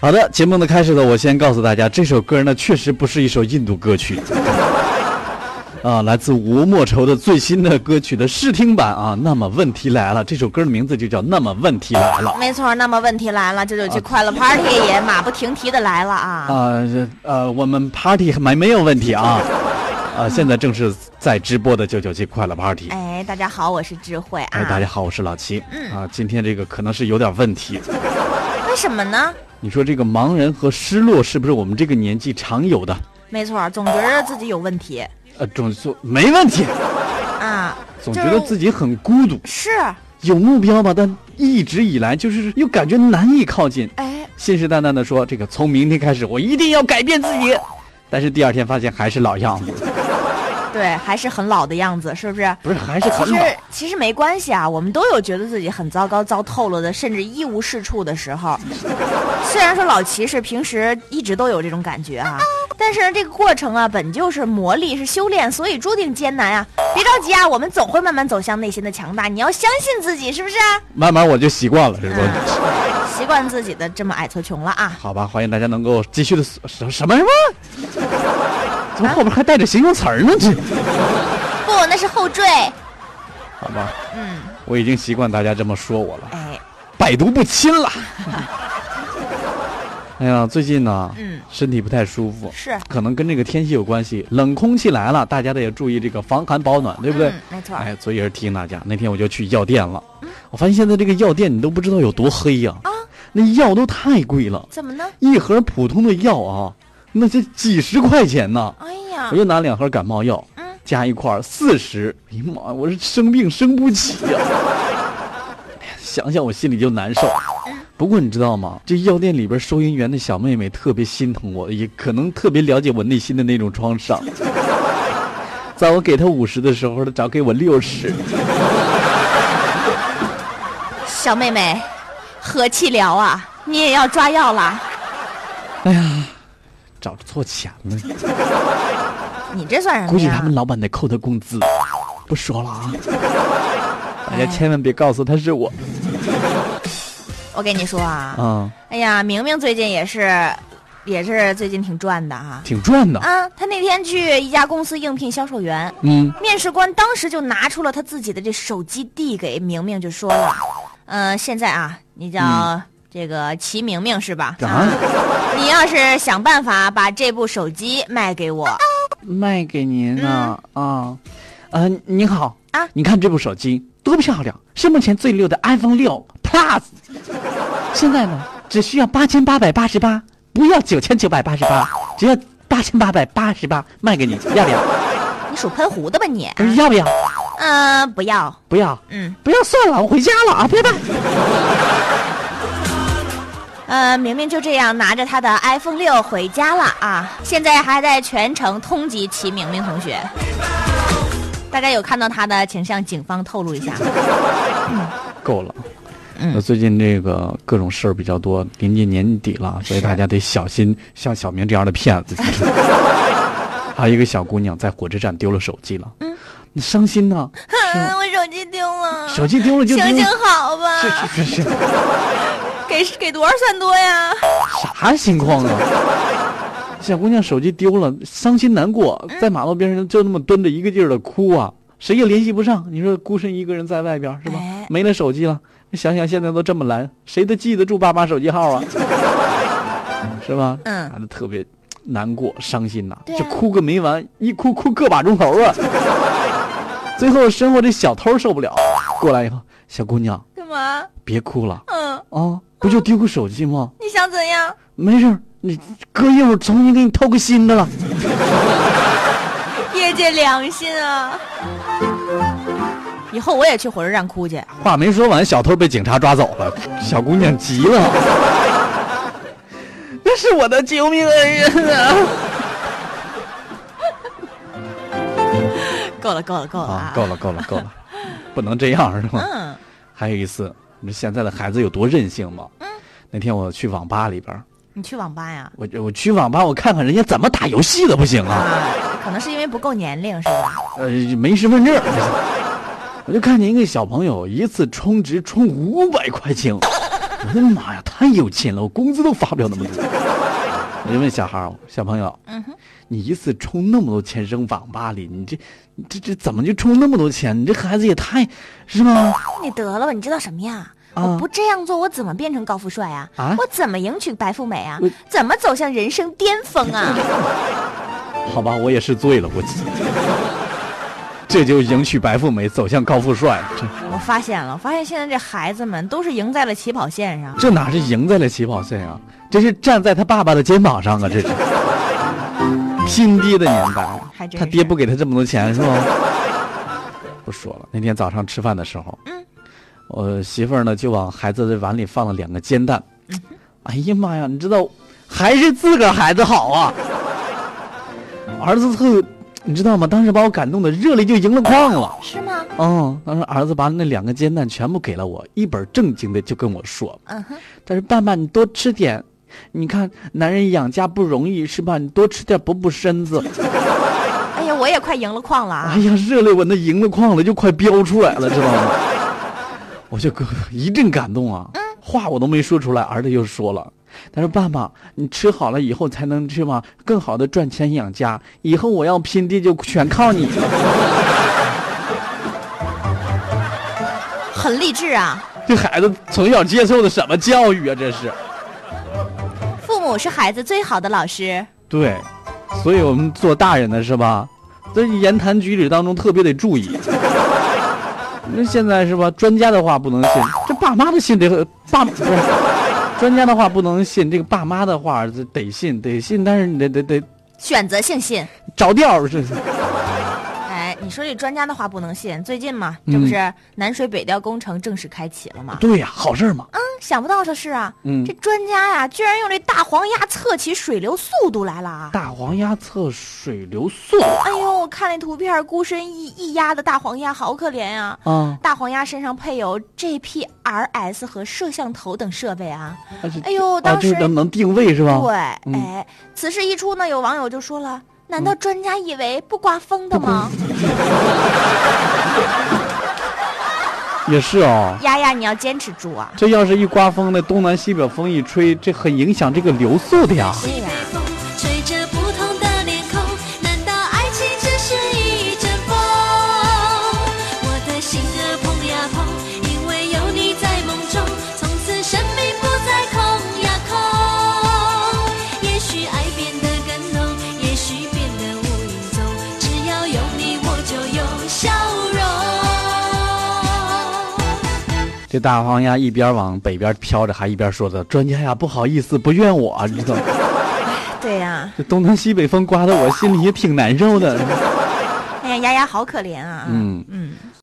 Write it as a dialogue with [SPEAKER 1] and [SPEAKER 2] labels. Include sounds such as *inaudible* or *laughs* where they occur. [SPEAKER 1] 好的，节目的开始呢，我先告诉大家，这首歌呢确实不是一首印度歌 *laughs* 曲，啊，来自吴莫愁的最新的歌曲的试听版啊。那么问题来了，这首歌的名字就叫《那么问题来了》。
[SPEAKER 2] 没错，那么问题来了，这就去快乐 party 也马不停蹄的来了啊！
[SPEAKER 1] 啊，这呃，我们 party 没没有问题 *laughs* 啊，啊，现在正是在直播的九九七快乐 party。
[SPEAKER 2] 哎，大家好，我是智慧
[SPEAKER 1] 哎，大
[SPEAKER 2] 啊
[SPEAKER 1] 家。好，我是老齐。啊，今天这个可能是有点问题。啊
[SPEAKER 2] 为什么呢？
[SPEAKER 1] 你说这个茫然和失落是不是我们这个年纪常有的？
[SPEAKER 2] 没错，总觉得自己有问题
[SPEAKER 1] 呃，总总没问题，
[SPEAKER 2] 啊，
[SPEAKER 1] 总觉得自己很孤独，
[SPEAKER 2] 是
[SPEAKER 1] 有目标吧，但一直以来就是又感觉难以靠近。
[SPEAKER 2] 哎，
[SPEAKER 1] 信誓旦旦的说，这个从明天开始我一定要改变自己，但是第二天发现还是老样子，
[SPEAKER 2] 对，还是很老的样子，是不是？
[SPEAKER 1] 不是还是
[SPEAKER 2] 其
[SPEAKER 1] 很老。
[SPEAKER 2] 实其实没关系啊，我们都有觉得自己很糟糕、糟透了的，甚至一无是处的时 *laughs* 候。虽然说老齐是平时一直都有这种感觉啊，但是这个过程啊，本就是磨砺，是修炼，所以注定艰难啊。别着急啊，我们总会慢慢走向内心的强大。你要相信自己，是不是、啊？
[SPEAKER 1] 慢慢我就习惯了，是不是？
[SPEAKER 2] 习惯自己的这么矮矬穷了啊。
[SPEAKER 1] 好吧，欢迎大家能够继续的什什么什么？怎么后边还带着形容词儿呢？这
[SPEAKER 2] 不，那是后缀。
[SPEAKER 1] 好吧，
[SPEAKER 2] 嗯，
[SPEAKER 1] 我已经习惯大家这么说我了，
[SPEAKER 2] 哎，
[SPEAKER 1] 百毒不侵
[SPEAKER 2] *laughs*
[SPEAKER 1] 了。哎呀，最近呢，
[SPEAKER 2] 嗯
[SPEAKER 1] 身体不太舒服，
[SPEAKER 2] 是
[SPEAKER 1] 可能跟这个天气有关系，冷空气来了，大家得也注意这个防寒保暖，对不对？
[SPEAKER 2] 嗯没错嗯
[SPEAKER 1] 哎，所以也是提醒大家，那天我就去药店了，我发现现在这个药店你都不知道有多黑呀、
[SPEAKER 2] 啊
[SPEAKER 1] 那药都太贵了，
[SPEAKER 2] 怎么呢？
[SPEAKER 1] 一盒普通的药啊，那就几十块钱呢。
[SPEAKER 2] 哎呀
[SPEAKER 1] 我，又拿两盒感冒药，
[SPEAKER 2] 嗯
[SPEAKER 1] 加一块四十，哎呀妈呀，我是生病生不起呀、哎呀想想我心里就难受。不过你知道吗？这药店里边收银员的小妹妹特别心疼我，也可能特别了解我内心的那种创伤。在我给她五十的时候，她找给我六十。
[SPEAKER 2] 小妹妹，和气疗啊，你也要抓药啦。
[SPEAKER 1] 找错钱了，
[SPEAKER 2] 你这算什么呀？
[SPEAKER 1] 估计他们老板得扣她工资。不说了啊，大家千万别告诉她是我
[SPEAKER 2] 我跟你说啊，
[SPEAKER 1] 啊、
[SPEAKER 2] 哎呀，明明最近也是，也是最近挺赚的哈、
[SPEAKER 1] 挺赚的
[SPEAKER 2] 啊。。他那天去一家公司应聘销售员，
[SPEAKER 1] 嗯，
[SPEAKER 2] 面试官当时就拿出了他自己的这手机递给明明，就说了，呃，现在啊，你叫这个齐明明是吧？
[SPEAKER 1] 啊，
[SPEAKER 2] *laughs* 你要是想办法把这部手机卖给我，
[SPEAKER 1] 卖给您啊啊，呃，您好
[SPEAKER 2] 嗯啊
[SPEAKER 1] 你看这部手机多漂亮，是目前最溜的 iPhone 六 Plus，现在呢只需要八千八百八十八，不要九千九百八十八，只要八千八百八十八，卖给你，要不要？
[SPEAKER 2] 你属喷壶的吧你？
[SPEAKER 1] 我说要不要？
[SPEAKER 2] 嗯、不要，
[SPEAKER 1] 不要，
[SPEAKER 2] 嗯，
[SPEAKER 1] 不要算了，我回家了啊，拜拜。
[SPEAKER 2] 呃，明明就这样拿着他的 iPhone 六回家了啊！现在还在全城通缉齐明明同学。大家有看到他的，请向警方透露一 *laughs* 下。
[SPEAKER 1] 够了。
[SPEAKER 2] 嗯
[SPEAKER 1] 那最近这个各种事儿比较多，临近年底了，所以大家得小心像小明这样的骗子。
[SPEAKER 2] *laughs*
[SPEAKER 1] 还有一个小姑娘在火车站丢了手机了，嗯，伤心呐、
[SPEAKER 2] 嗯，我手机丢了，
[SPEAKER 1] 手机丢了就丢
[SPEAKER 2] 行
[SPEAKER 1] 了 *laughs*
[SPEAKER 2] 行好吧，
[SPEAKER 1] 这这这这
[SPEAKER 2] 给给多少算多呀？
[SPEAKER 1] 啥情况啊？
[SPEAKER 2] *laughs*
[SPEAKER 1] 小姑娘手机丢了，伤心难过，
[SPEAKER 2] 嗯
[SPEAKER 1] 在马路边上就那么蹲着，一个劲儿的哭啊，谁也联系不上。你说孤身一个人在外边是吧
[SPEAKER 2] 哎？
[SPEAKER 1] 没了手机了，想想现在都这么难，谁都记得住爸妈手机号
[SPEAKER 2] *laughs*
[SPEAKER 1] 啊？是吧？
[SPEAKER 2] 嗯
[SPEAKER 1] 啊，特别难过，伤心呐、
[SPEAKER 2] 对啊
[SPEAKER 1] 这哭个没完，一哭哭个把钟头
[SPEAKER 2] *laughs*
[SPEAKER 1] 啊。最后身后这小偷受不了，过来以后，小姑娘
[SPEAKER 2] 干嘛？
[SPEAKER 1] 别哭了
[SPEAKER 2] 嗯，
[SPEAKER 1] 啊，不就丢个手机吗？
[SPEAKER 2] 你想怎样？
[SPEAKER 1] 没事儿，你哥一会儿重新给你偷个新的了。
[SPEAKER 2] 业界良心啊！以后我也去火车站哭去。
[SPEAKER 1] 话没说完，小偷被警察抓走了，小姑娘急了。 *laughs* 这是我的救命恩人啊！
[SPEAKER 2] 够了，够了，够了
[SPEAKER 1] 啊，够了，够了，够了，不能这样是吗？
[SPEAKER 2] 嗯，
[SPEAKER 1] 还有一次，你说现在的孩子有多任性吗？那天我去网吧里边儿，
[SPEAKER 2] 你去网吧呀？
[SPEAKER 1] 我我去网吧，我看看人家怎么打游戏的，不行啊？
[SPEAKER 2] 啊，可能是因为不够年龄是吧？
[SPEAKER 1] 呃，没身份证儿，我就看见一个小朋友一次充值充五百块钱，我的妈呀，太有钱了，我工资都发不了那么多。我就问小孩儿，小朋友，
[SPEAKER 2] 嗯哼，
[SPEAKER 1] 你一次充那么多钱扔网吧里，你这你这这怎么就充那么多钱？你这孩子也太，是吧？
[SPEAKER 2] 你得了吧，你知道什么呀？
[SPEAKER 1] 啊
[SPEAKER 2] 我不这样做，我怎么变成高富帅啊？
[SPEAKER 1] 啊
[SPEAKER 2] 我怎么迎娶白富美啊
[SPEAKER 1] 我？
[SPEAKER 2] 怎么走向人生巅峰啊？ *laughs*
[SPEAKER 1] 好吧，我也是醉了，我这就迎娶白富美，走向高富帅，这
[SPEAKER 2] 我发现了，我发现现在这孩子们都是赢在了起跑线上。
[SPEAKER 1] 这哪是赢在了起跑线啊？这是站在他爸爸的肩膀上啊！
[SPEAKER 2] *laughs*
[SPEAKER 1] 这是拼爹的年代啊
[SPEAKER 2] 还，真是
[SPEAKER 1] 他爹不给他这么多钱是吗？不说了，那天早上吃饭的时候，
[SPEAKER 2] 嗯，
[SPEAKER 1] 我媳妇儿呢就往孩子的碗里放了两个煎蛋。
[SPEAKER 2] 嗯
[SPEAKER 1] 哎呀妈呀，你知道，还是自个儿孩子好
[SPEAKER 2] *laughs*
[SPEAKER 1] 啊！儿子特，你知道吗？当时把我感动的热泪就盈了眶了。
[SPEAKER 2] 是吗？
[SPEAKER 1] 嗯，当时儿子把那两个煎蛋全部给了我，一本正经的就跟我说
[SPEAKER 2] 嗯哼，：“
[SPEAKER 1] 但是爸爸，你多吃点，你看男人养家不容易是吧？你多吃点补补身
[SPEAKER 2] *laughs*
[SPEAKER 1] 子。
[SPEAKER 2] 啊哎呀，我也快赢了矿了”啊
[SPEAKER 1] 哎！呀，热泪我那盈了眶了，就快飙出来了，知道吗？
[SPEAKER 2] *laughs*
[SPEAKER 1] 我就跟一阵感动啊，
[SPEAKER 2] 嗯
[SPEAKER 1] 话我都没说出来，儿子就说了。他说：“爸爸，你吃好了以后才能去嘛，更好的赚钱养家。以后我要拼爹就全靠你了。
[SPEAKER 2] 很励志啊！
[SPEAKER 1] 这孩子从小接受的什么教育啊？这是。”
[SPEAKER 2] 父母是孩子最好的老师。
[SPEAKER 1] 对，所以我们做大人的是吧？在言谈举止当中特别得注意。那现在是吧？专家的话不能信，这爸妈的信这个爸不是专家的话不能信，这个爸妈的话这得信得信，但是你得得得
[SPEAKER 2] 选择性信，
[SPEAKER 1] 找调儿是。
[SPEAKER 2] 哎，你说这专家的话不能信。最近嘛，
[SPEAKER 1] 嗯
[SPEAKER 2] 这不是南水北调工程正式开启了吗？
[SPEAKER 1] 对呀、好事儿嘛。
[SPEAKER 2] 嗯想不到的是啊，
[SPEAKER 1] 嗯
[SPEAKER 2] 这专家呀、居然用这大黄鸭测起水流速度来了啊！
[SPEAKER 1] 大黄鸭测水流速
[SPEAKER 2] 哎呦，我看那图片，孤身一一鸭的大黄鸭好可怜呀、
[SPEAKER 1] 啊，
[SPEAKER 2] 大黄鸭身上配有 GPRS 和摄像头等设备啊！
[SPEAKER 1] 而且
[SPEAKER 2] 哎呦，
[SPEAKER 1] 啊，
[SPEAKER 2] 当
[SPEAKER 1] 就
[SPEAKER 2] 时、
[SPEAKER 1] 是能能定位是吧？
[SPEAKER 2] 对，
[SPEAKER 1] 嗯
[SPEAKER 2] 哎，此事一出呢，有网友就说了：“难道专家以为不刮风的
[SPEAKER 1] *laughs*
[SPEAKER 2] 吗
[SPEAKER 1] 也是哦？”。
[SPEAKER 2] 丫丫，你要坚持住啊！
[SPEAKER 1] 这要是一刮风呢，东南西北风一吹，这很影响这个流速的呀。
[SPEAKER 2] 对呀、
[SPEAKER 3] 风吹着不同的脸孔，难道爱情只是一阵风？我的心儿碰呀碰，因为有你在梦中，从此生命不再空呀空。也许爱变得更浓，也许变得无影踪，只要有你我就有笑容。
[SPEAKER 1] 这大黄鸭一边往北边飘着，还一边说着：“专家呀，不好意思，不怨我，你知道吗？
[SPEAKER 2] 对呀、
[SPEAKER 1] 这东南西北风刮得我心里也挺难受的。
[SPEAKER 2] 哎呀，丫丫好可怜啊！
[SPEAKER 1] 嗯
[SPEAKER 2] 嗯。